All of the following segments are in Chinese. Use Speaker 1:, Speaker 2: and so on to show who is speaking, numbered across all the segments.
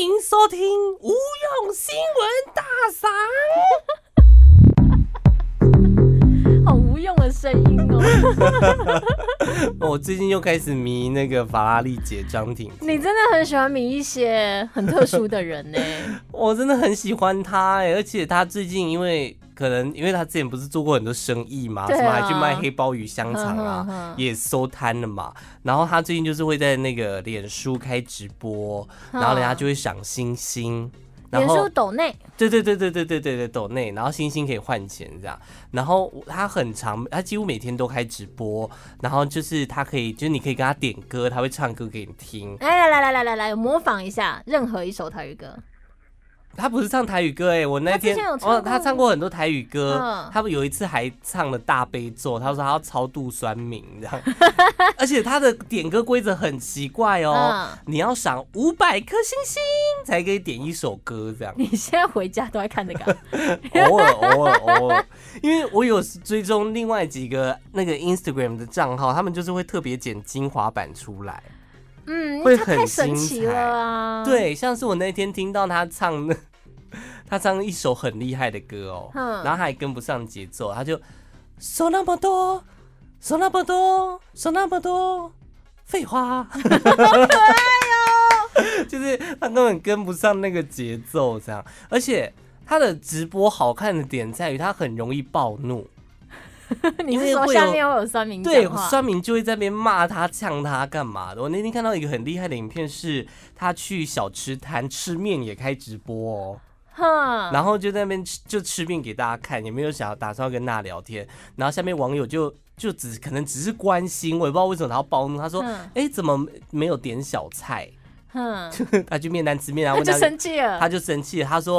Speaker 1: 迎收听《无用新闻大赏》。
Speaker 2: 好无用的声音 哦！
Speaker 1: 我哦最近又开始迷那个法拉利姐张婷，
Speaker 2: 你真的很喜欢迷一些很特殊的人呢、
Speaker 1: 我真的很喜欢她哎、而且她最近因为可能因为她之前不是做过很多生意嘛，
Speaker 2: 对
Speaker 1: 什
Speaker 2: 啊
Speaker 1: 么还去卖黑鲍鱼香肠啊，
Speaker 2: 哼哼哼
Speaker 1: 也收摊了嘛。然后她最近就是会在那个脸书开直播，然后人家就会赏星星。 然
Speaker 2: 脸
Speaker 1: 后。
Speaker 2: 书抖内，
Speaker 1: 对对对对对对对对，抖内，然后星星可以换钱这样，然后他很长，他几乎每天都开直播，然后就是他可以，就是你可以跟他点歌，他会唱歌给你听。
Speaker 2: 哎来来来来来来，模仿一下任何一首台语歌。
Speaker 1: 他不是唱台语歌哎、我那
Speaker 2: 他之
Speaker 1: 天
Speaker 2: 前有唱
Speaker 1: 哦，
Speaker 2: 过
Speaker 1: 他唱过很多台语歌，
Speaker 2: 嗯
Speaker 1: 他有一次还唱了大悲咒，他说他要超度酸民这 样，而且他的点歌规则很奇怪哦，
Speaker 2: 嗯
Speaker 1: 你要赏五百颗星星才可以点一首歌这样。
Speaker 2: 你现在回家都在看这 个啊、
Speaker 1: 偶尔偶尔偶尔，因为我有追踪另外几个那个 Instagram 的账号，他们就是会特别剪精华版出来。
Speaker 2: 嗯，
Speaker 1: 会
Speaker 2: 这
Speaker 1: 很
Speaker 2: 太神奇了啊！，
Speaker 1: 对，像是我那天听到他唱那， 他唱一首很厉害的歌哦，
Speaker 2: 嗯
Speaker 1: 然后他还跟不上节奏，他就说那么多，说那么多，说那么多废话，好可爱哦， 就是他根本跟不上那个节奏，这样，而且他的直播好看的点在于他很容易暴怒。
Speaker 2: 你
Speaker 1: 因为
Speaker 2: 是说
Speaker 1: 会有
Speaker 2: 下面会有酸民
Speaker 1: 对
Speaker 2: 讲，话？
Speaker 1: 酸民就会在那边骂他、呛他干嘛的。我那天看到一个很厉害的影片，是他去小吃摊吃面也开直播哦，
Speaker 2: 哼，
Speaker 1: 然后就在那边吃就吃面给大家看，也没有想要打算要跟大家聊天。然后下面网友就就只可能只是关心，我也不知道为什么他要暴怒。他说：“
Speaker 2: 嗯
Speaker 1: 哎、怎么没有点小菜
Speaker 2: 哼，？”
Speaker 1: 他去面单吃面，然后啊
Speaker 2: 他
Speaker 1: 问
Speaker 2: 就
Speaker 1: 他
Speaker 2: 生气了
Speaker 1: 他。就生气了，他说：“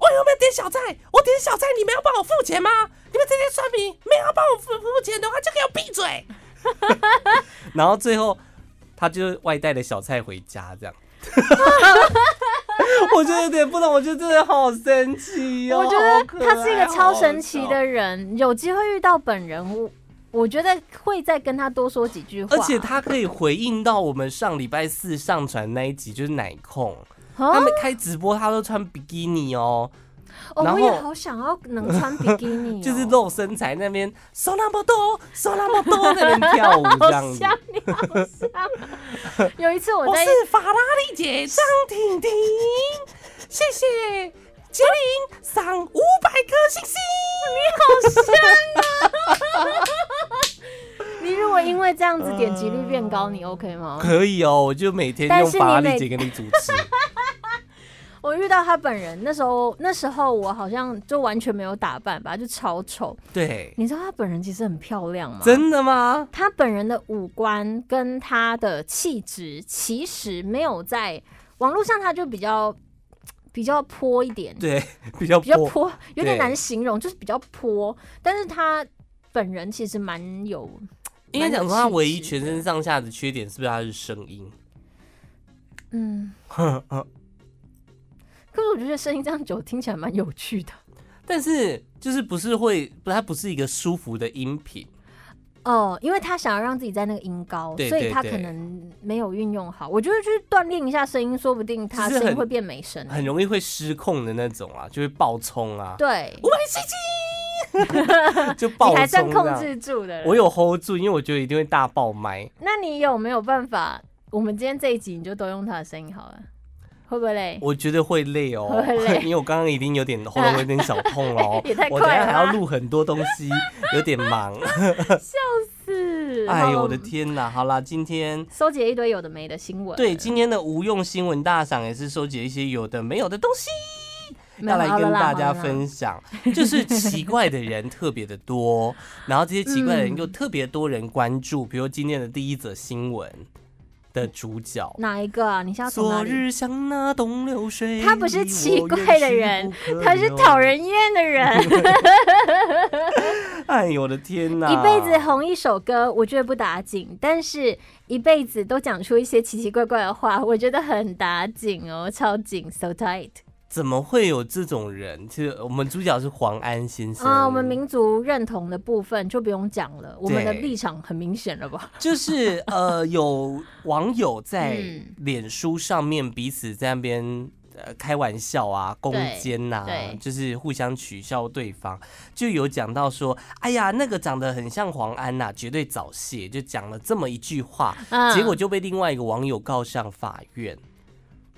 Speaker 1: 我有没有点小菜？我点小菜，你们要帮我付钱吗？你们这些算命没有要帮我付付钱的话，就给我闭嘴。” 然后最后他就外带了小菜回家，这样。 我觉得有点不懂，我觉得真的好生气哦。
Speaker 2: 我觉
Speaker 1: 好
Speaker 2: 得
Speaker 1: 可
Speaker 2: 他是一个
Speaker 1: 爱哦
Speaker 2: 超神奇，的人，有机会遇到本人，我我觉得会再跟他多说几句
Speaker 1: 好
Speaker 2: 话。
Speaker 1: 笑而且他可以回应到我们上礼拜四上传那一集，就是奶控，他
Speaker 2: 啊，
Speaker 1: 们开直播他都穿比基尼哦。然
Speaker 2: 哦，
Speaker 1: 后
Speaker 2: 我也好想要能穿比基尼 哦，
Speaker 1: 就是露身材那边手那么多，手那么多那边跳舞这样子。
Speaker 2: 好像你好像。有一次我在
Speaker 1: 法拉利姐 张婷婷，谢 谢杰林赏五百颗星星。
Speaker 2: 你如果因为这样子点击率变高，你 OK 吗？
Speaker 1: 可以哦，我就每天用法拉利姐跟你主持。
Speaker 2: 我遇到他本人那时候，那时候我好像就完全没有打扮吧，就超丑。
Speaker 1: 对，
Speaker 2: 你知道他本人其实很漂亮吗？
Speaker 1: 真的吗？
Speaker 2: 他本人的五官跟他的气质其实没有在网络上，他就比较比较泼一点，
Speaker 1: 对，比较
Speaker 2: 比较
Speaker 1: 泼
Speaker 2: 泼，有点
Speaker 1: 对
Speaker 2: 难形容，就是比较泼。但是他本人其实蛮有，
Speaker 1: 应该讲说他唯一
Speaker 2: 蛮有气质
Speaker 1: 全身上下的缺点是不是他是声音？
Speaker 2: 嗯。可是我觉得声音这样久听起来蛮有趣的
Speaker 1: 但是就是不是会，不，它不是一个舒服的音频。
Speaker 2: 哦，因为他想要让自己在那个音高，
Speaker 1: 对
Speaker 2: 所以
Speaker 1: 对
Speaker 2: 他
Speaker 1: 对
Speaker 2: 可能没有运用好。我觉得去锻炼一下声音，说不定他
Speaker 1: 其实
Speaker 2: 声音
Speaker 1: 很
Speaker 2: 会变美声。
Speaker 1: 很容易会失控的那种啊，就会爆冲啊，
Speaker 2: 对，
Speaker 1: 五百七七，就爆
Speaker 2: 你还算
Speaker 1: 冲这
Speaker 2: 控
Speaker 1: 样。
Speaker 2: 制住的。
Speaker 1: 我有 hold 住，因为我觉得一定会大爆麦。
Speaker 2: 那你有没有办法？我们今天这一集你就都用他的声音好了，会不会累？
Speaker 1: 我觉得会累哦，
Speaker 2: 会累
Speaker 1: 因为我刚刚已经有点喉咙有点小痛了哦
Speaker 2: ，也太
Speaker 1: 我等一
Speaker 2: 快
Speaker 1: 下
Speaker 2: 了
Speaker 1: 还
Speaker 2: 吧
Speaker 1: 要录很多东西，有点 忙。
Speaker 2: 是，
Speaker 1: 哎呦我的，天哪！好啦，今天
Speaker 2: 收集了一堆有的没的新闻。
Speaker 1: 对今天的无用新闻大赏也是收集一些有的没有的东西，
Speaker 2: 没
Speaker 1: 要
Speaker 2: 有，
Speaker 1: 来
Speaker 2: 好了
Speaker 1: 跟
Speaker 2: 啦
Speaker 1: 大家。
Speaker 2: 好了啦
Speaker 1: 分享，就是奇怪的人特别的多，然后这些奇怪的
Speaker 2: 嗯
Speaker 1: 人又特别多人关注，比如今天的第一则新闻的主角。
Speaker 2: 哪一个啊？你现在要从哪
Speaker 1: 昨
Speaker 2: 里？
Speaker 1: 日像那东流水，
Speaker 2: 他不是奇怪的人
Speaker 1: 离我远去不可留
Speaker 2: 他是讨。人厌的人，
Speaker 1: 哎呦我的天哪！
Speaker 2: 一辈子红一首歌，我觉得不打紧，但是一辈子都讲出一些奇奇怪怪的话，我觉得很打紧哦，超紧，so tight。
Speaker 1: 怎么会有这种人？其实我们主角是黄安先生，
Speaker 2: 啊、我们民族认同的部分就不用讲了，我们的
Speaker 1: 对
Speaker 2: 立场很明显了吧？
Speaker 1: 就是呃，有网友在
Speaker 2: 嗯
Speaker 1: 脸书上面彼此在那边。呃，开玩笑啊，攻坚呐、
Speaker 2: 对
Speaker 1: 就是互相取笑对方，就有讲到说，哎呀，那个长得很像黄安呐、绝对早泄，就讲了这么一句话，
Speaker 2: 嗯，
Speaker 1: 结果就被另外一个网友告上法院，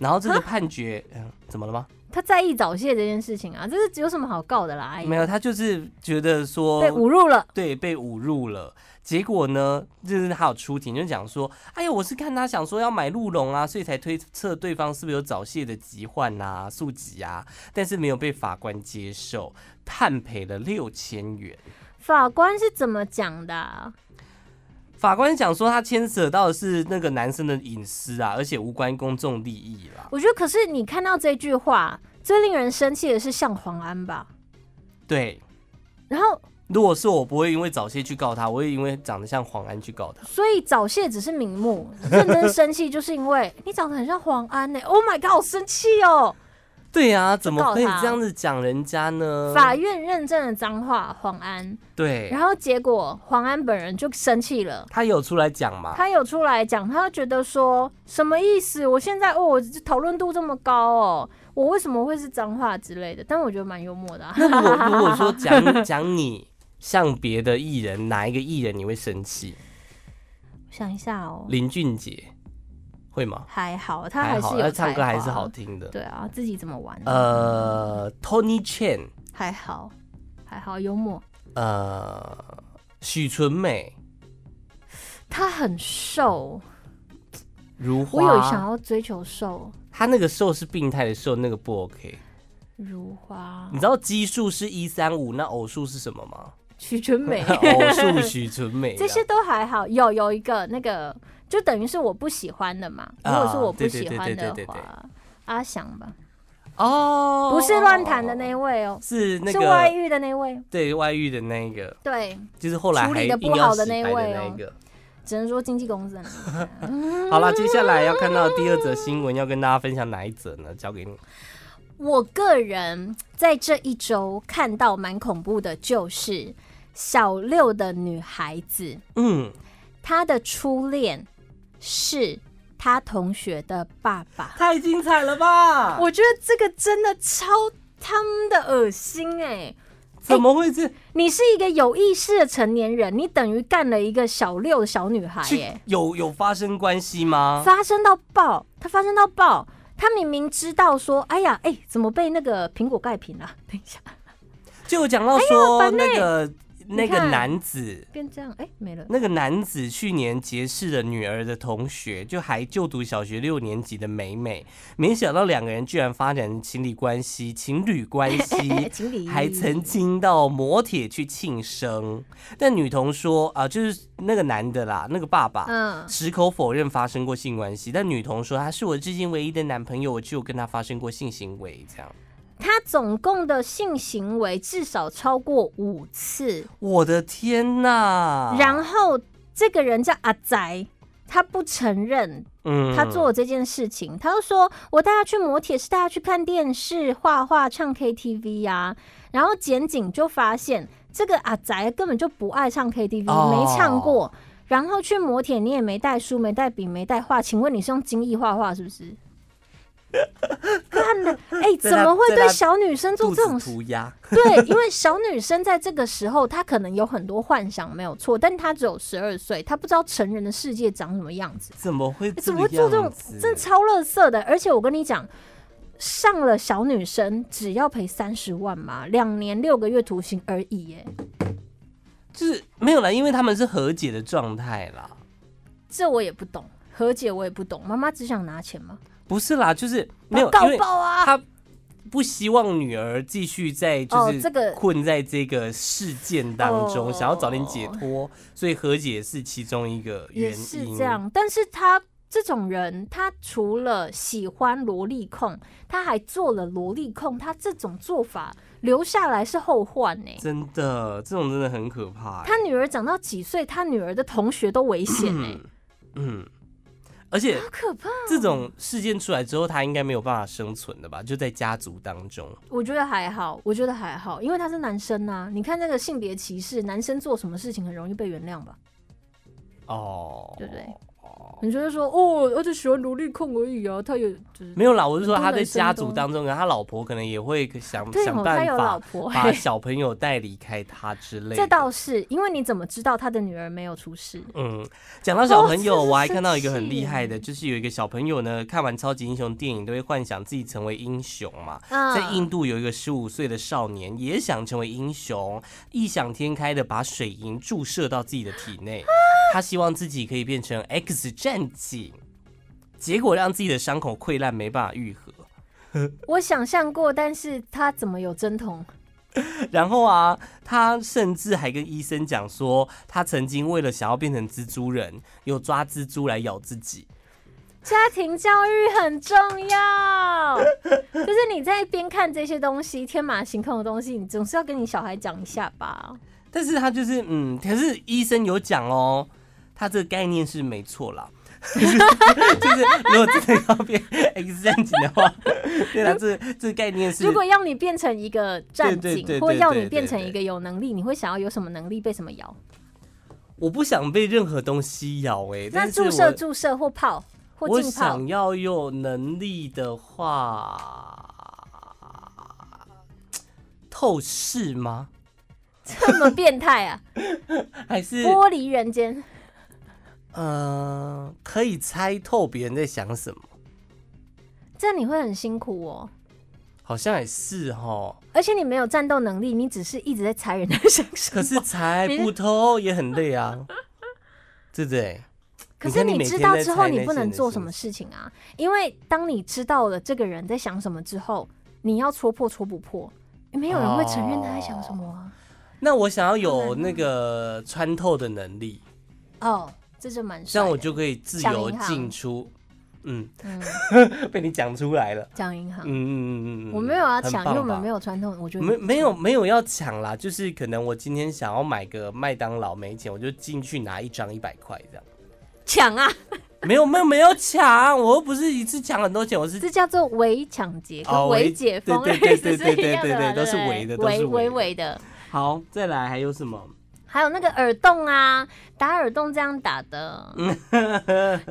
Speaker 1: 然后这个判 决，嗯、怎么了吗？
Speaker 2: 他在意早泄这件事情啊，这是有什么好告的啦？哎呀
Speaker 1: 没有，他就是觉得说
Speaker 2: 被侮辱了，
Speaker 1: 对，被侮辱了。结果呢，就是他有出庭，就讲说，哎呀，我是看他想说要买鹿茸啊，所以才推测对方是不是有早泄的疾患啊、宿疾啊，但是没有被法官接受，判赔了六千元。
Speaker 2: 法官是怎么讲的啊、
Speaker 1: 法官讲说，他牵扯到的是那个男生的隐私啊，而且无关公众利益啦。
Speaker 2: 我觉得，可是你看到这句话，最令人生气的是像黄安吧？
Speaker 1: 对，
Speaker 2: 然后，
Speaker 1: 如果是我，不会因为早泄去告他，我会因为长得像黄安去告他。
Speaker 2: 所以早泄只是名目， 认真生气就是因为你长得很像黄安呢、Oh my god，好生气哦！
Speaker 1: 对啊，怎么
Speaker 2: 告
Speaker 1: 可以
Speaker 2: 他
Speaker 1: 这样子讲人家呢？
Speaker 2: 法院认证了脏话黄安，
Speaker 1: 呃对，
Speaker 2: 然后结果黄安本人就生气了。
Speaker 1: 他有出来讲嘛？
Speaker 2: 他有出来讲，他觉得说什么意思？我现在哦，我讨论度这么高哦，我为什么会是脏话之类的？但我觉得蛮幽默的、啊。
Speaker 1: 那如果如果说 讲讲你像别的艺人，哪一个艺人你会生气？
Speaker 2: 我 想一下哦，
Speaker 1: 林俊杰会吗？
Speaker 2: 还好，他
Speaker 1: 还
Speaker 2: 还是
Speaker 1: 好，
Speaker 2: 有
Speaker 1: 他唱歌
Speaker 2: 才华
Speaker 1: 还是好。听的。
Speaker 2: 对啊，自己怎么玩？
Speaker 1: 呃，Tony Chen，
Speaker 2: 还好，还好幽默。
Speaker 1: 呃，许纯美，
Speaker 2: 他很瘦，
Speaker 1: 如
Speaker 2: 我有想
Speaker 1: 花，
Speaker 2: 要追求瘦，
Speaker 1: 他那个瘦是病态的瘦，那个不 OK。
Speaker 2: 如花
Speaker 1: 你知道基数是一三五，那偶数是什么吗？
Speaker 2: 许 纯美
Speaker 1: 偶数哦许纯美 啊
Speaker 2: 这些都还好。有有一个那个，就等于是我不喜欢的嘛。如
Speaker 1: 啊
Speaker 2: 果是我不
Speaker 1: 对对
Speaker 2: 喜
Speaker 1: 对
Speaker 2: 欢
Speaker 1: 对
Speaker 2: 的
Speaker 1: 对对对
Speaker 2: 话，阿翔吧。
Speaker 1: 哦，
Speaker 2: 不是乱谈的那一位哦，
Speaker 1: 是那
Speaker 2: 是外
Speaker 1: 个
Speaker 2: 遇的那位。
Speaker 1: 对外遇的那一个，
Speaker 2: 对，
Speaker 1: 就是后来
Speaker 2: 处
Speaker 1: 还
Speaker 2: 理
Speaker 1: 硬
Speaker 2: 得
Speaker 1: 要
Speaker 2: 不好的
Speaker 1: 洗
Speaker 2: 那
Speaker 1: 白
Speaker 2: 位
Speaker 1: 那
Speaker 2: 哦
Speaker 1: 个。
Speaker 2: 只能说经纪公司的那位。
Speaker 1: 好啦，接下来要看到第二则新闻，要跟大家分享哪一则呢？交给你。
Speaker 2: 我个人在这一周看到蛮恐怖的，就是小六的女孩子，
Speaker 1: 嗯，
Speaker 2: 她的初恋是她同学的爸爸。
Speaker 1: 太精彩了吧！
Speaker 2: 我觉得这个真的超他们的恶心哎、
Speaker 1: 怎么会是
Speaker 2: 你是一个有意识的成年人，你等于干了一个小六的小女孩耶、
Speaker 1: 去有有发生关系吗？
Speaker 2: 哎发生到爆，他发生到爆，他明明知道说，哎呀，哎、怎么被那个苹果盖屏了、等一下，
Speaker 1: 就有讲到说
Speaker 2: 烦欸
Speaker 1: 那个那
Speaker 2: 你
Speaker 1: 个
Speaker 2: 看
Speaker 1: 男子，
Speaker 2: 变这样，哎、没了。
Speaker 1: 那个男子去年结识了女儿的同学，就还就读小学六年级的美美，没想到两个人居然发展成情侣关系，情侣关系。
Speaker 2: 情侣
Speaker 1: 还曾经到摩铁去庆生，但女童说啊、就是那个男的啦，那个爸爸，
Speaker 2: 嗯，
Speaker 1: 矢口否认发生过性关系，但女童说他是我至今唯一的男朋友，我只有跟他发生过性行为，这样。
Speaker 2: 他总共的性行为至少超过五次，
Speaker 1: 我的天呐！
Speaker 2: 然后这个人叫阿宅。他不承认
Speaker 1: 嗯
Speaker 2: 他做这件事情，他就说：“我带他去磨铁是带他去看电视、画画、唱 KTV 呀、然后检警就发现，这个阿宅根本就不爱唱 KTV，、
Speaker 1: 哦
Speaker 2: 没唱过。然后去磨铁，你也没带书、没带笔、没带画。请问你是用精液画画是不是？看的， 哎、
Speaker 1: 在
Speaker 2: 怎
Speaker 1: 他
Speaker 2: 么会
Speaker 1: 在
Speaker 2: 对
Speaker 1: 他
Speaker 2: 小女生做
Speaker 1: 肚
Speaker 2: 这
Speaker 1: 子
Speaker 2: 种事？
Speaker 1: 涂鸦，
Speaker 2: 对，因为小女生在这个时候，她可能有很多幻想，没有错，但她只有十二岁，她不知道成人的世界长什么样子。
Speaker 1: 怎么会
Speaker 2: 怎么会做这种
Speaker 1: 样子
Speaker 2: 真的超垃圾的？而且我跟你讲，上了小女生只要赔三十万嘛，两年六个月徒刑而已耶。
Speaker 1: 就是没有啦，因为他们是和解的状态啦，
Speaker 2: 这我也不懂，和解我也不懂，妈妈只想拿钱吗？
Speaker 1: 不是啦，就是没有，
Speaker 2: 告
Speaker 1: 因为
Speaker 2: 爆啊！
Speaker 1: 他不希望女儿继续在就
Speaker 2: 哦
Speaker 1: 是
Speaker 2: 这个
Speaker 1: 困在这个事件当中，
Speaker 2: 哦
Speaker 1: 想要早点解脱，所以和解是其中一个原
Speaker 2: 也
Speaker 1: 因。
Speaker 2: 是这样，但是他这种人，他除了喜欢萝莉控，他还做了萝莉控，他这种做法留下来是后患呢、
Speaker 1: 真的，这种真的很可怕欸。
Speaker 2: 他女儿长到几岁，他女儿的同学都危险呢、
Speaker 1: 嗯，嗯，而且
Speaker 2: 好可怕！
Speaker 1: 这种事件出来之后，他应该没有办法生存的吧？就在家族当中，
Speaker 2: 我觉得还好，我觉得还好，因为他是男生呐、你看那个性别歧视，男生做什么事情很容易被原谅吧？
Speaker 1: 哦，
Speaker 2: 对不对？你觉得说哦，我就喜欢萝莉控而已啊，他有就是
Speaker 1: 没有啦，我是说
Speaker 2: 很多
Speaker 1: 他在
Speaker 2: 人生
Speaker 1: 家
Speaker 2: 都
Speaker 1: 族当中，他老婆可能也会想
Speaker 2: 对
Speaker 1: 想
Speaker 2: 哦，他
Speaker 1: 办
Speaker 2: 有
Speaker 1: 法
Speaker 2: 老婆、
Speaker 1: 把
Speaker 2: 欸，
Speaker 1: 小朋友带离开他之类的。
Speaker 2: 这倒是，因为你怎么知道他的女儿没有出事？
Speaker 1: 嗯，讲到小朋友，
Speaker 2: 哦真是
Speaker 1: 我还
Speaker 2: 生
Speaker 1: 看到一个很
Speaker 2: 气
Speaker 1: 厉害
Speaker 2: 耶
Speaker 1: 的，就是有一个小朋友呢，看完超级英雄电影都会幻想自己成为英雄嘛。
Speaker 2: 嗯
Speaker 1: 在印度有一个十五岁的少年也想成为英雄，异想天开的把水银注射到自己的体内，
Speaker 2: 啊
Speaker 1: 他希望自己可以变成 X 战警，结果让自己的伤口溃烂，没办法愈合。
Speaker 2: 我想象过，但是他怎么有针筒？
Speaker 1: 然后啊，他甚至还跟医生讲说，他曾经为了想要变成蜘蛛人，有抓蜘蛛来咬自己。
Speaker 2: 家庭教育很重要，就是你在边看这些东西天马行空的东西，你总是要跟你小孩讲一下吧。
Speaker 1: 但是他就是嗯，可是医生有讲哦，他这个概念是没错啦。就是如果真的要变 X 战警的话，对啦，这这个概念是
Speaker 2: 如果要你变成一个战
Speaker 1: 对对对
Speaker 2: 警，
Speaker 1: 对
Speaker 2: 或要
Speaker 1: 对
Speaker 2: 你
Speaker 1: 对
Speaker 2: 变成
Speaker 1: 对
Speaker 2: 一个有能力，你会想要有什么能力被什么咬？
Speaker 1: 我不想被任何东西咬哎、欸，
Speaker 2: 那
Speaker 1: 但是
Speaker 2: 注射、
Speaker 1: 我
Speaker 2: 注射或泡或
Speaker 1: 我
Speaker 2: 浸泡
Speaker 1: 想，要有能力的话，透视吗？
Speaker 2: 这么变态啊！
Speaker 1: 还 是
Speaker 2: 玻璃人间，
Speaker 1: 呃，可以猜透别人在想什么？
Speaker 2: 这你会很辛苦哦。
Speaker 1: 好像也是哈，
Speaker 2: 而且你没有战斗能力，你只是一直在猜人的身上。
Speaker 1: 可是猜不透也很累 啊，对不对？
Speaker 2: 可
Speaker 1: 你
Speaker 2: 是
Speaker 1: 看你
Speaker 2: 你
Speaker 1: 每
Speaker 2: 知
Speaker 1: 天
Speaker 2: 道
Speaker 1: 在
Speaker 2: 之后，
Speaker 1: 猜
Speaker 2: 你
Speaker 1: 那
Speaker 2: 不
Speaker 1: 些
Speaker 2: 能
Speaker 1: 人
Speaker 2: 做
Speaker 1: 是
Speaker 2: 什
Speaker 1: 不
Speaker 2: 么事情啊，因为当你知道了这个人在想什么之后，你要戳破戳不破，没有人会承认他在想什么啊。
Speaker 1: 那我想要有那个穿透的能力，
Speaker 2: 哦，这就蛮
Speaker 1: 这
Speaker 2: 帅
Speaker 1: 样
Speaker 2: 的。
Speaker 1: 我就可以自
Speaker 2: 像
Speaker 1: 由
Speaker 2: 银行
Speaker 1: 进出。嗯，
Speaker 2: 嗯，
Speaker 1: 被你讲出来了。
Speaker 2: 讲银行，
Speaker 1: 嗯嗯嗯嗯嗯，
Speaker 2: 我没有要抢，因为我们没
Speaker 1: 有。
Speaker 2: 有传统，我觉得
Speaker 1: 没没有没有要抢啦，就是可能我今天想要买个麦当劳没钱，我就进去拿一张一百块这样。
Speaker 2: 抢啊，
Speaker 1: 没有没有没有抢，我又不是一次抢很多钱，我是
Speaker 2: 这叫做围抢劫跟
Speaker 1: 哦
Speaker 2: 围
Speaker 1: 围
Speaker 2: 解封，
Speaker 1: 对对对
Speaker 2: 意思是
Speaker 1: 对对
Speaker 2: 一样的
Speaker 1: 对
Speaker 2: 嘛
Speaker 1: 对都是
Speaker 2: 不
Speaker 1: 围的都是
Speaker 2: 围围
Speaker 1: 围的
Speaker 2: 围的。
Speaker 1: 好。再来还有什么？
Speaker 2: 还有那个耳洞啊，打耳洞这样打 的。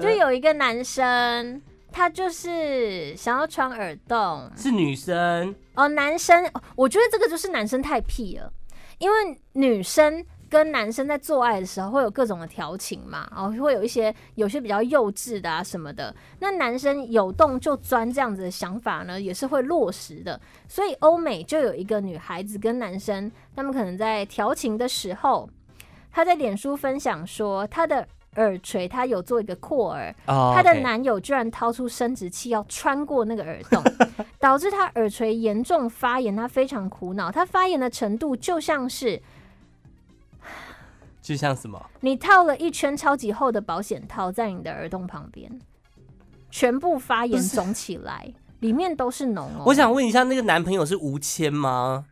Speaker 2: 就有一个男生，他就是想要穿耳洞
Speaker 1: 是女生
Speaker 2: 哦。男生，我觉得这个就是男生太屁了，因为女生。跟男生在做爱的时候会有各种的调情嘛，哦，会有一些有些比较幼稚的啊什么的。那男生有洞就钻这样子的想法呢，也是会落实的。所以欧美就有一个女孩子跟男生，他们可能在调情的时候，她在脸书分享说，她的耳垂她有做一个扩耳，
Speaker 1: 哦
Speaker 2: 她的
Speaker 1: OK
Speaker 2: 男友居然掏出生殖器要穿过那个耳 洞，导致她耳垂严重发炎，她非常苦恼。她发炎的程度就像是
Speaker 1: 就像什么？
Speaker 2: 你套了一圈超级厚的保险套在你的耳洞旁边，全部发炎肿起来，里面都是脓哦。
Speaker 1: 我想问一下，那个男朋友是吴谦吗？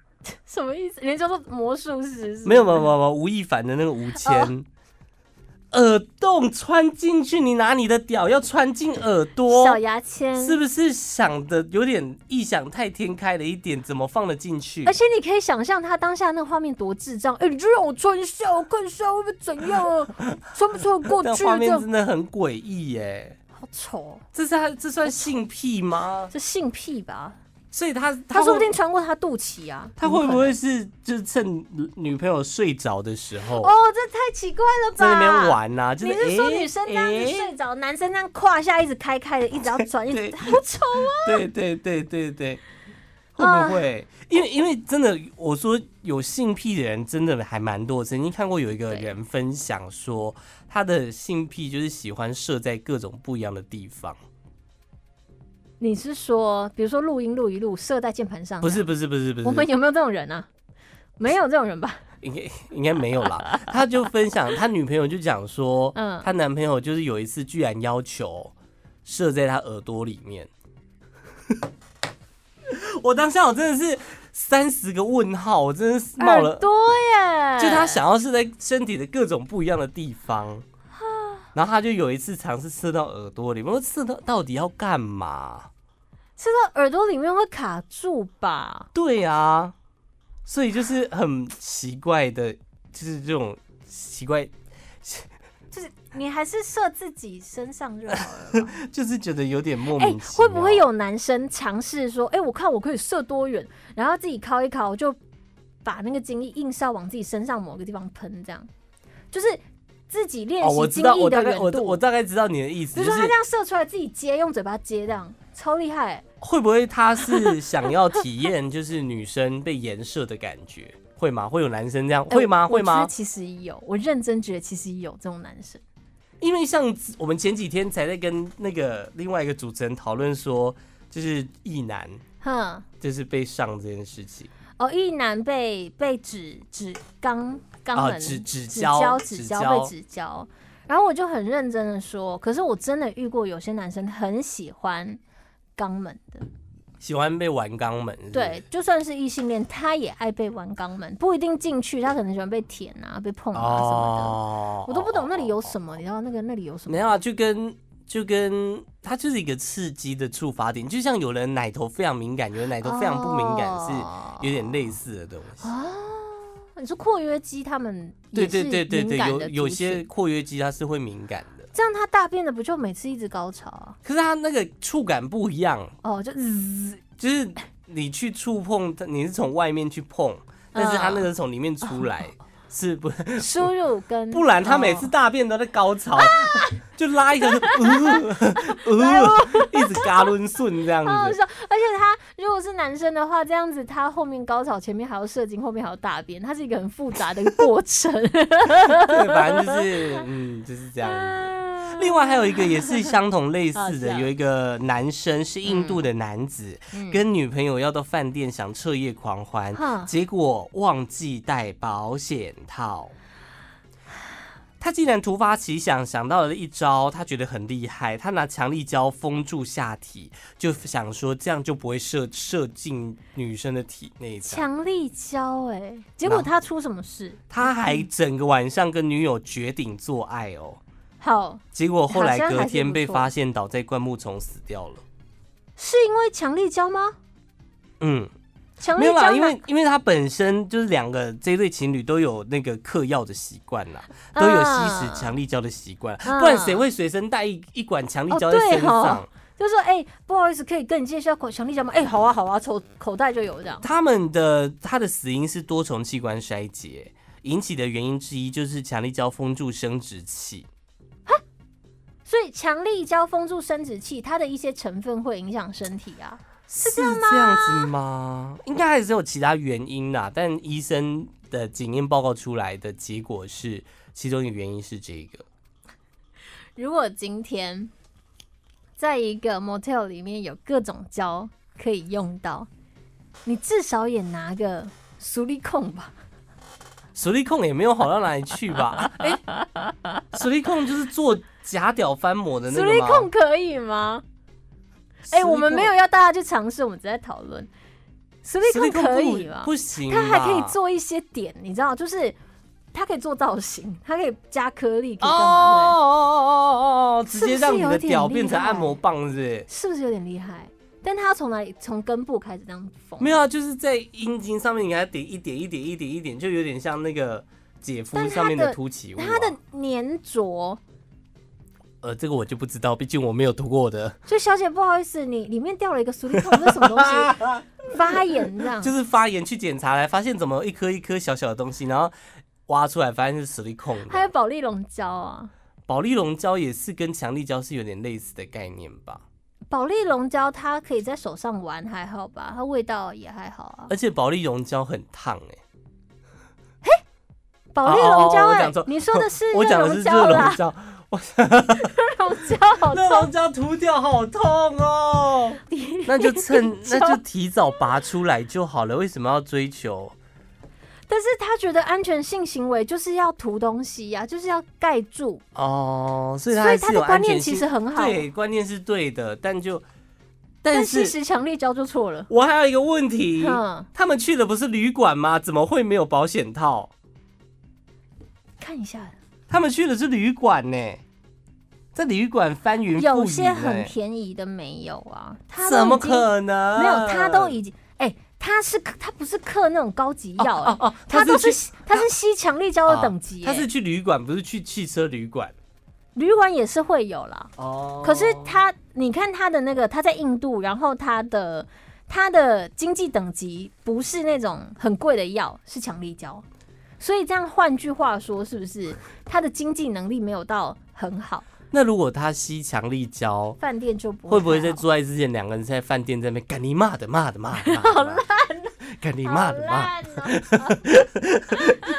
Speaker 2: 什么意思？人家说魔术师
Speaker 1: 没有没有没有没有，吴亦凡的那个吴
Speaker 2: 哦
Speaker 1: 谦，耳洞穿进去，你拿你的屌要穿进耳朵，
Speaker 2: 小牙签，
Speaker 1: 是不是想的有点异想太天开了一点？怎么放得进去
Speaker 2: 而？且你可以想象他当下那画面多智障，哎、你就让我穿一下，我看一下会不会怎样啊？穿不穿得 过
Speaker 1: 那
Speaker 2: 去
Speaker 1: 画
Speaker 2: 这
Speaker 1: 面
Speaker 2: 样，
Speaker 1: 真的很诡异耶！
Speaker 2: 好丑哦，
Speaker 1: 这是他这算性癖吗？
Speaker 2: 这性癖吧？
Speaker 1: 所以他
Speaker 2: 他说不
Speaker 1: 会
Speaker 2: 定穿过他肚脐啊，
Speaker 1: 他会
Speaker 2: 怎
Speaker 1: 不
Speaker 2: 么
Speaker 1: 会是就是趁女朋友睡着的时候
Speaker 2: 可能？哦，这太奇怪了吧？
Speaker 1: 在那边。玩呐、就
Speaker 2: 你
Speaker 1: 是
Speaker 2: 是说
Speaker 1: 诶
Speaker 2: 女生这样子
Speaker 1: 诶
Speaker 2: 睡着，男生这样胯下一直开开的，一直要转，一
Speaker 1: 对
Speaker 2: 直好丑啊！
Speaker 1: 对对对对对，会
Speaker 2: 啊
Speaker 1: 不会？因为因为真的，我说有性癖的人真的还蛮多。曾经看过有一个
Speaker 2: 对
Speaker 1: 人分享说，他的性癖就是喜欢射在各种不一样的地方。
Speaker 2: 你是说，比如说录音录一录，射在键盘上？
Speaker 1: 不，是不是不是不是，
Speaker 2: 我们有没有这种人啊？没有这种人吧？
Speaker 1: 应该应该没有 啦。他就分享他女朋友就讲说，
Speaker 2: 嗯
Speaker 1: 他男朋友就是有一次居然要求射在他耳朵里面。 我当下我真的是三十个问号，我真的是冒
Speaker 2: 耳
Speaker 1: 了。
Speaker 2: 朵耶，
Speaker 1: 就他想要是在身体的各种不一样的地方。然后他就有一次尝试刺到耳朵里面，我说刺到到底要干嘛？
Speaker 2: 吃到耳朵里面会卡住吧？
Speaker 1: 对啊，所以就是很奇怪的，就是这种奇怪，
Speaker 2: 就是你还是射自己身上就好了吧。
Speaker 1: 就是觉得有点莫
Speaker 2: 哎、
Speaker 1: 名其妙。
Speaker 2: 会不会有男生尝试说，哎、我看我可以射多远，然后自己敲一敲，就把那个精液硬是要往自己身上某个地方喷，这样就是自己练
Speaker 1: 哦，我知
Speaker 2: 习精
Speaker 1: 道，
Speaker 2: 液
Speaker 1: 我大
Speaker 2: 的
Speaker 1: 概
Speaker 2: 远
Speaker 1: 我
Speaker 2: 度。
Speaker 1: 我大概知道你的意
Speaker 2: 比
Speaker 1: 思，
Speaker 2: 如
Speaker 1: 就
Speaker 2: 说他
Speaker 1: 是
Speaker 2: 这样射出来，自己接，用嘴巴接，这样超厉害、
Speaker 1: 会不会他是想要体验就是女生被颜射的感觉？会吗？会有男生这样？
Speaker 2: 哎
Speaker 1: 会吗？
Speaker 2: 我
Speaker 1: 会
Speaker 2: 我觉
Speaker 1: 吗
Speaker 2: 得？其实有，我认真觉得其实有这种男生。
Speaker 1: 因为像我们前几天才在跟那个另外一个主持人讨论说，就是异男
Speaker 2: 哼，
Speaker 1: 就是被上这件事情
Speaker 2: 哦，一男被被指指肛肛
Speaker 1: 啊
Speaker 2: 门、
Speaker 1: 指指
Speaker 2: 指
Speaker 1: 交
Speaker 2: 交
Speaker 1: 指
Speaker 2: 指
Speaker 1: 交
Speaker 2: 交被指交，然后我就很认真的说，可是我真的遇过有些男生很喜欢肛门的，
Speaker 1: 喜欢被玩肛门，是不是
Speaker 2: 对，，就算是异性恋，他也爱被玩肛门，不一定进去，他可能喜欢被舔啊、被碰啊什么的，
Speaker 1: 哦
Speaker 2: 我都不懂那里有什么，你知道那个那里有什么
Speaker 1: 没？有啊，就跟就跟它就是一个刺激的触发点，就像有人奶头非常敏感，有人奶头非常不敏感，
Speaker 2: 哦
Speaker 1: 是有点类似的东西。
Speaker 2: 啊。你说括约肌他们
Speaker 1: 对
Speaker 2: 也
Speaker 1: 对
Speaker 2: 是
Speaker 1: 对对
Speaker 2: 敏
Speaker 1: 对，
Speaker 2: 感
Speaker 1: 有
Speaker 2: 的
Speaker 1: 有
Speaker 2: 族
Speaker 1: 些
Speaker 2: 群
Speaker 1: 括约肌它是会敏感的，
Speaker 2: 这样他大便的不就每次一直高潮啊？
Speaker 1: 可是它那个触感不一样，
Speaker 2: 哦，就 滋
Speaker 1: 就是你去触碰它，你是从外面去碰，但是它那个是从里面出来，
Speaker 2: 哦
Speaker 1: 是不？
Speaker 2: 输入跟
Speaker 1: 不然他每次
Speaker 2: 哦
Speaker 1: 大便都在高潮，就拉一个就呃呃， 一直嘎抡顺这样
Speaker 2: 好好
Speaker 1: 子。
Speaker 2: 笑，而且他如果是男生的话，这样子他后面高潮，前面还要射精，后面还要大便，它是一个很复杂的过 程。
Speaker 1: 对，反正就是嗯，就是这样子。另外还有一个也是相同类似
Speaker 2: 啊是
Speaker 1: 的，
Speaker 2: 啊嗯
Speaker 1: 有一个男生是印度的男子，跟女朋友要到饭店想彻夜狂欢，
Speaker 2: 哈
Speaker 1: 结果忘记带保险套。他竟然突发奇想，想到了一招，他觉得很厉害。他拿强力胶封住下体，就想说这样就不会射射进女生的体内。这样
Speaker 2: 强力胶哎、结果他出什么事？
Speaker 1: 他还整个晚上跟女友绝顶做爱哦。
Speaker 2: 好，
Speaker 1: 结果后来
Speaker 2: 好像
Speaker 1: 隔
Speaker 2: 还是
Speaker 1: 天
Speaker 2: 不
Speaker 1: 被
Speaker 2: 错
Speaker 1: 发现倒在灌木丛死掉了。
Speaker 2: 是因为强力胶吗？
Speaker 1: 嗯，
Speaker 2: 强
Speaker 1: 没
Speaker 2: 力
Speaker 1: 有啦，
Speaker 2: 胶
Speaker 1: 因
Speaker 2: 哪
Speaker 1: 为因为他本身就是两个这对情侣都有那个嗑药的习惯啦，都有吸食强力胶的习惯，
Speaker 2: 啊
Speaker 1: 不然谁会随身带一一管强力胶
Speaker 2: 哦
Speaker 1: 在
Speaker 2: 对
Speaker 1: 身
Speaker 2: 哦
Speaker 1: 上？
Speaker 2: 就说哎、不好意思，可以跟你介绍口强力胶吗？哎、好啊好啊，口口袋就有这样。
Speaker 1: 他们的他的死因是多重器官衰竭。引起的原因之一就是强力胶封住生殖器，
Speaker 2: 所以强力胶封住生殖器，它的一些成分会影响身体啊。
Speaker 1: 是这样子吗？应该还是有其他原因啦，但医生的检验报告出来的结果是，其中一个原因是这个。
Speaker 2: 如果今天在一个 motel 里面有各种胶可以用到，你至少也拿个苏力控吧？
Speaker 1: 实力控也没有好到哪里去吧？哎、实力控就是做假屌翻模的那
Speaker 2: 苏
Speaker 1: 个
Speaker 2: 力
Speaker 1: 吗？
Speaker 2: 控可以吗？哎、我们没有要大家去尝试，我们只在讨论苏力
Speaker 1: 实力
Speaker 2: 控
Speaker 1: 控
Speaker 2: 可以吗
Speaker 1: 不？不行啊吧，
Speaker 2: 它还可以做一些点，你知道，就是它可以做造型，它可以加颗粒，可
Speaker 1: 哦
Speaker 2: 以
Speaker 1: 哦
Speaker 2: 干嘛的？
Speaker 1: 哦哦哦哦，直接让你
Speaker 2: 是
Speaker 1: 的
Speaker 2: 不是有点
Speaker 1: 屌变成
Speaker 2: 厉害
Speaker 1: 按摩棒是不是？
Speaker 2: 是不是有点厉害？但它要从哪里？从根部开始这样缝？
Speaker 1: 没有啊，就是在阴茎上面，你给它点一点一点一点一点，就有点像那个姐夫
Speaker 2: 但它
Speaker 1: 上面的
Speaker 2: 的
Speaker 1: 凸起物、啊。
Speaker 2: 它的粘着
Speaker 1: 呃，这个我就不知道，毕竟我没有涂过我的，
Speaker 2: 就小姐，不好意思，你里面掉了一个苏力控，这是什么东 西？发炎这样
Speaker 1: 就，是发炎去检查来，发现怎么一颗一颗小小的东西，然后挖出来发现是实力控的。
Speaker 2: 还有保利龙胶啊，
Speaker 1: 保利龙胶也是跟强力胶是有点类似的概念吧，
Speaker 2: 保利龙胶它可以在手上玩，还好吧？它味道也还好啊。
Speaker 1: 而且保利龙胶很烫哎、
Speaker 2: 保利龙
Speaker 1: 哦哦哦
Speaker 2: 胶
Speaker 1: 我
Speaker 2: 哎
Speaker 1: 讲错，
Speaker 2: 你说的是
Speaker 1: 我讲
Speaker 2: 热
Speaker 1: 的是热
Speaker 2: 熔胶
Speaker 1: 熔
Speaker 2: 啦，
Speaker 1: 胶，
Speaker 2: 热熔胶好
Speaker 1: 热
Speaker 2: 痛，
Speaker 1: 熔胶涂掉好痛 哦，那就趁那就提早拔出来就好了，为什么要追求？
Speaker 2: 但是他觉得安全性行为就是要涂东西呀、就是要盖住，
Speaker 1: 哦，所以它
Speaker 2: 所
Speaker 1: 还
Speaker 2: 以
Speaker 1: 是
Speaker 2: 他
Speaker 1: 有
Speaker 2: 的观
Speaker 1: 安
Speaker 2: 念
Speaker 1: 全
Speaker 2: 其
Speaker 1: 性，
Speaker 2: 实很好，
Speaker 1: 对，观念是对的，但就
Speaker 2: 但
Speaker 1: 但
Speaker 2: 其
Speaker 1: 是
Speaker 2: 实强力胶就错了。
Speaker 1: 我还有一个问题，
Speaker 2: 嗯，
Speaker 1: 他们去的不是旅馆吗？怎么会没有保险套？
Speaker 2: 看一下，
Speaker 1: 他们去的是旅馆呢、在旅馆翻云覆雨、欸，
Speaker 2: 有些很便宜的没有啊，他都
Speaker 1: 怎么
Speaker 2: 已经
Speaker 1: 可能？
Speaker 2: 没有，他都已经哎、他是他不是嗑那种高级药、哎、
Speaker 1: 哦哦，
Speaker 2: 他
Speaker 1: 是
Speaker 2: 都是
Speaker 1: 去
Speaker 2: 吸他是吸强力胶的
Speaker 1: 哦
Speaker 2: 等级、
Speaker 1: 他
Speaker 2: 哎
Speaker 1: 是去旅馆，不是去汽车旅馆
Speaker 2: 旅馆也是会有啦，
Speaker 1: 哦。
Speaker 2: 可是他你看他的那个他在印度，然后他的他的经济等级不是那种很贵的药，是强力胶，所以这样换句话说，是不是他的经济能力没有到很好，
Speaker 1: 那如果他吸强力胶，
Speaker 2: 饭店就不啊
Speaker 1: 会不会
Speaker 2: 太
Speaker 1: 在
Speaker 2: 好
Speaker 1: 做爱之前，两个人在饭店在那边干你妈的骂的骂的骂的，好烂，干你妈
Speaker 2: 啊好
Speaker 1: 的骂，
Speaker 2: 烂哦，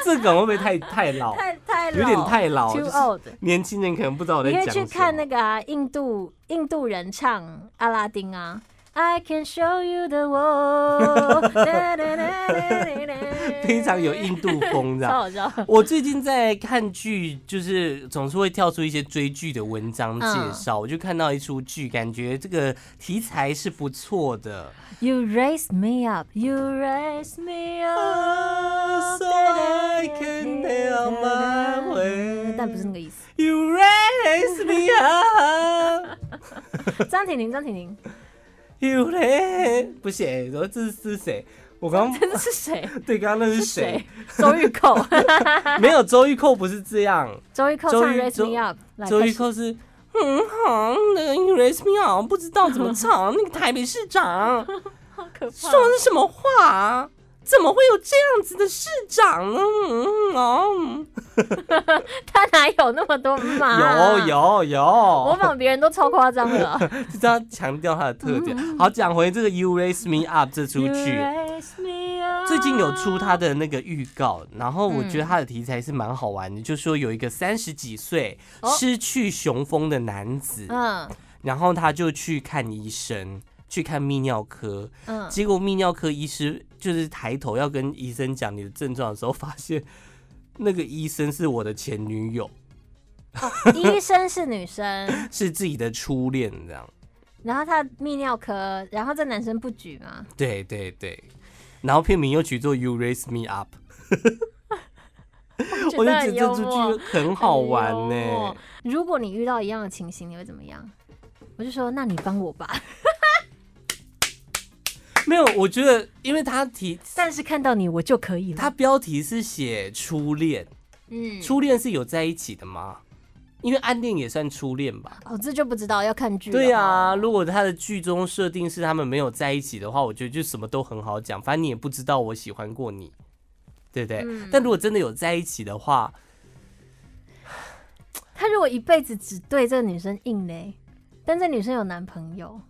Speaker 1: 这梗会不会太太老，
Speaker 2: 太太老
Speaker 1: 有点太老，就
Speaker 2: too
Speaker 1: 是
Speaker 2: old。
Speaker 1: 年轻人可能不知道我在
Speaker 2: 你可
Speaker 1: 讲
Speaker 2: 以
Speaker 1: 什么。
Speaker 2: 去看那个啊，印度印度人唱《阿拉丁》啊。I can show you the world 哒哒哒哒哒。
Speaker 1: 非常有印度风的。
Speaker 2: 超好笑。
Speaker 1: 我最近在看剧，就是总是会跳出一些追剧的文章介
Speaker 2: 嗯
Speaker 1: 绍，我就看到一出剧，感觉这个题材是不错的。
Speaker 2: You raise me up, you raise me up.
Speaker 1: So I can tell my way
Speaker 2: 但不是那个意思。
Speaker 1: You raise me up,
Speaker 2: 张婷婷，张婷婷，
Speaker 1: you raise 不行，我说这是这是谁？我刚
Speaker 2: 这是谁？
Speaker 1: 对刚刚那是
Speaker 2: 是
Speaker 1: 谁
Speaker 2: 谁？？周玉蔻，
Speaker 1: 没有周玉蔻不是这样，
Speaker 2: 周玉蔻
Speaker 1: 周
Speaker 2: 唱
Speaker 1: 玉
Speaker 2: Raise
Speaker 1: 周
Speaker 2: Me Up，来
Speaker 1: 周
Speaker 2: 开
Speaker 1: 玉
Speaker 2: 始
Speaker 1: 蔻是嗯好，那个 You raise me up 不知道怎么唱，那个台北市长。
Speaker 2: 好可怕
Speaker 1: 说。的什么话、啊？怎么会有这样子的市长呢？嗯嗯哦，
Speaker 2: 他哪有那么多嘛？
Speaker 1: 有，有
Speaker 2: 模
Speaker 1: 有，
Speaker 2: 仿别人都超夸张的。
Speaker 1: 就是要强调他的特点。好，讲回这个《You Raise 嗯 Me Up》这出
Speaker 2: You
Speaker 1: 剧，
Speaker 2: raise me up
Speaker 1: 最近有出他的那个预告，然后我觉得他的题材是蛮好玩的，就说有一个三十几岁
Speaker 2: 哦
Speaker 1: 失去雄风的男子，
Speaker 2: 嗯
Speaker 1: 然后他就去看医生，去看泌尿科，
Speaker 2: 嗯，
Speaker 1: 结果泌尿科医师就是抬头要跟医生讲你的症状的时候，发现那个医生是我的前女友，
Speaker 2: 医生是女生，
Speaker 1: 是自己的初恋这样。
Speaker 2: 然后她泌尿科，然后这男生不举嘛，
Speaker 1: 对对对，然后片名又取作《You Raise Me Up》，我就觉
Speaker 2: 得很
Speaker 1: 得这
Speaker 2: 幽
Speaker 1: 出
Speaker 2: 默哎
Speaker 1: 剧，很好玩呢、
Speaker 2: 很幽默如果你遇到一样的情形，你会怎么样？我就说，那你帮我 吧。
Speaker 1: 没有，我觉得因为他题
Speaker 2: 但是看到你，我就可以了。
Speaker 1: 他标题是写初恋，
Speaker 2: 嗯，
Speaker 1: 初恋是有在一起的吗？因为暗恋也算初恋吧。
Speaker 2: 哦，这就不知道要看剧了。
Speaker 1: 对啊，
Speaker 2: 哦
Speaker 1: 如果他的剧中设定是他们没有在一起的话，我觉得就什么都很好讲，反正你也不知道我喜欢过你，对不对？
Speaker 2: 嗯
Speaker 1: 但如果真的有在一起的话，
Speaker 2: 他如果一辈子只对这个女生硬嘞，但这女生有男朋友，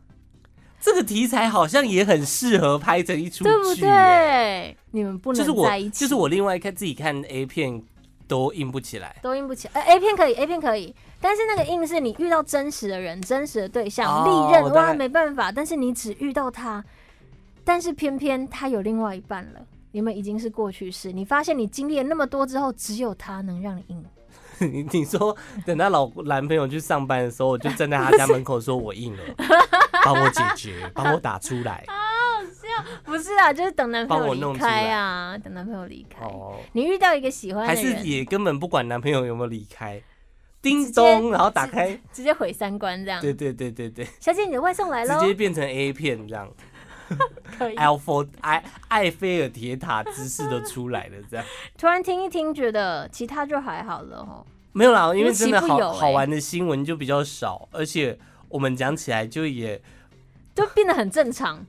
Speaker 1: 这个题材好像也很适合拍成一出
Speaker 2: 对不
Speaker 1: 剧耶，
Speaker 2: 对？你们不
Speaker 1: 就是
Speaker 2: 能在一
Speaker 1: 我，
Speaker 2: 起，
Speaker 1: 就是我另外看自己看 A 片都硬不起来。
Speaker 2: 都硬不起。呃，A 片可以，A 片可以，但是那个硬是你遇到真实的人、真实的对象，历、
Speaker 1: 哦
Speaker 2: 任
Speaker 1: 我大概
Speaker 2: 哇没办法，但是你只遇到他，但是偏偏他有另外一半了。你们已经是过去式，你发现你经历了那么多之后，只有他能让你硬。
Speaker 1: 你你说等她老男朋友去上班的时候，我就站在他家门口说：“我硬了，帮我解决，帮我打出来。
Speaker 2: 不是啊，就是等男朋
Speaker 1: 帮
Speaker 2: 友
Speaker 1: 我弄
Speaker 2: 离
Speaker 1: 出来
Speaker 2: 开啊，等男朋友离” 开。
Speaker 1: 哦，
Speaker 2: 你遇到一个喜欢的
Speaker 1: 还是
Speaker 2: 人，
Speaker 1: 也根本不管男朋友有没有离开，叮
Speaker 2: 接
Speaker 1: 咚，然后打开，
Speaker 2: 直接毁三观这样。
Speaker 1: 对对对对对，
Speaker 2: 小姐，你的外送来
Speaker 1: 直
Speaker 2: 喽，
Speaker 1: 接变成 A 片这样
Speaker 2: 可以。
Speaker 1: ，Alpha 埃埃菲尔铁塔姿势都出来了这样。
Speaker 2: 突然听一听，觉得其他就还好了哦。
Speaker 1: 没有啦，因为真的
Speaker 2: 无奇不有
Speaker 1: 好
Speaker 2: 欸
Speaker 1: 好玩的新闻就比较少，而且我们讲起来就也
Speaker 2: 就变得很正常，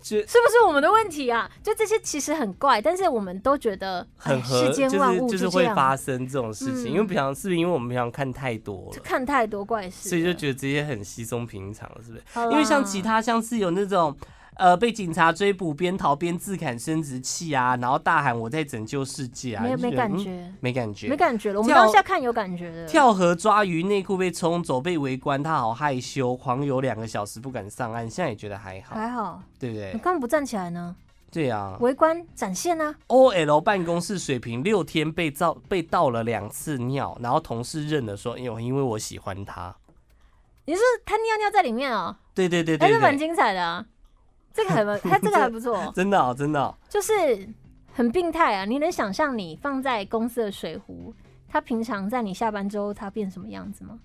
Speaker 1: 就是
Speaker 2: 不是我们的问题啊？就这些其实很怪，但是我们都觉得哎
Speaker 1: 很合，
Speaker 2: 世
Speaker 1: 就
Speaker 2: 间
Speaker 1: 是
Speaker 2: 万物
Speaker 1: 就是
Speaker 2: 这
Speaker 1: 会
Speaker 2: 样，嗯
Speaker 1: 发生这种事情，因为平常是不是因为我们平常看太多
Speaker 2: 就
Speaker 1: 了？
Speaker 2: 看太多怪事了，
Speaker 1: 所以就觉得这些很稀松平常，是不是？
Speaker 2: 好啦
Speaker 1: 因为像其他像是有那种。呃，被警察追捕，边逃边自砍生殖器啊，然后大喊“我在拯救世界”啊，
Speaker 2: 没有
Speaker 1: 就
Speaker 2: 没
Speaker 1: 觉得
Speaker 2: 感，
Speaker 1: 嗯
Speaker 2: 觉，
Speaker 1: 没感觉，
Speaker 2: 没感觉了。我们
Speaker 1: 跳
Speaker 2: 当下看有感觉的，
Speaker 1: 跳河抓鱼，内裤被冲走，被围观，他好害羞，狂游两个小时不敢上岸，现在也觉得还好，哎
Speaker 2: 还好，
Speaker 1: 对不
Speaker 2: 你
Speaker 1: 对？
Speaker 2: 干嘛不站起来呢？
Speaker 1: 对啊
Speaker 2: 围观展现啊，
Speaker 1: ，OL 办公室水平六天被造被倒了两次尿，然后同事认了说，因为因为我喜欢他，
Speaker 2: 你是他尿尿在里面哦，
Speaker 1: 对对对
Speaker 2: 还
Speaker 1: 对
Speaker 2: 是蛮
Speaker 1: 对，
Speaker 2: 精彩的啊。这个 还蛮，他这个还不错，
Speaker 1: 真的哦，真的哦，
Speaker 2: 就是很病态啊！你能想象你放在公司的水壶，它平常在你下班之后它变什么样子吗？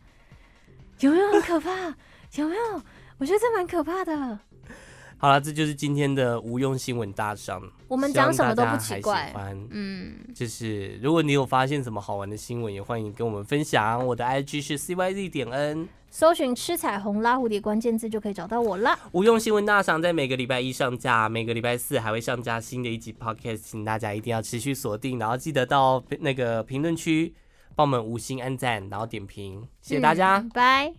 Speaker 2: 有没有很可怕？ 有没有？我觉得这蛮可怕的。
Speaker 1: 好了，这就是今天的无用新闻大赏。
Speaker 2: 我们讲什么都不奇
Speaker 1: 希望大家还
Speaker 2: 怪
Speaker 1: 喜。欢
Speaker 2: 嗯，
Speaker 1: 就是如果你有发现什么好玩的新闻，也欢迎跟我们分享。我的 IG 是 cyz 点 n。
Speaker 2: 搜寻“吃彩虹拉蝴蝶”关键字就可以找到我啦。
Speaker 1: 无用新闻大赏在每个礼拜一上架，每个礼拜四还会上架新的一集 podcast，请大家一定要持续锁定，然后记得到那个评论区帮我们五星按赞，然后点评，谢谢大家。
Speaker 2: 嗯拜、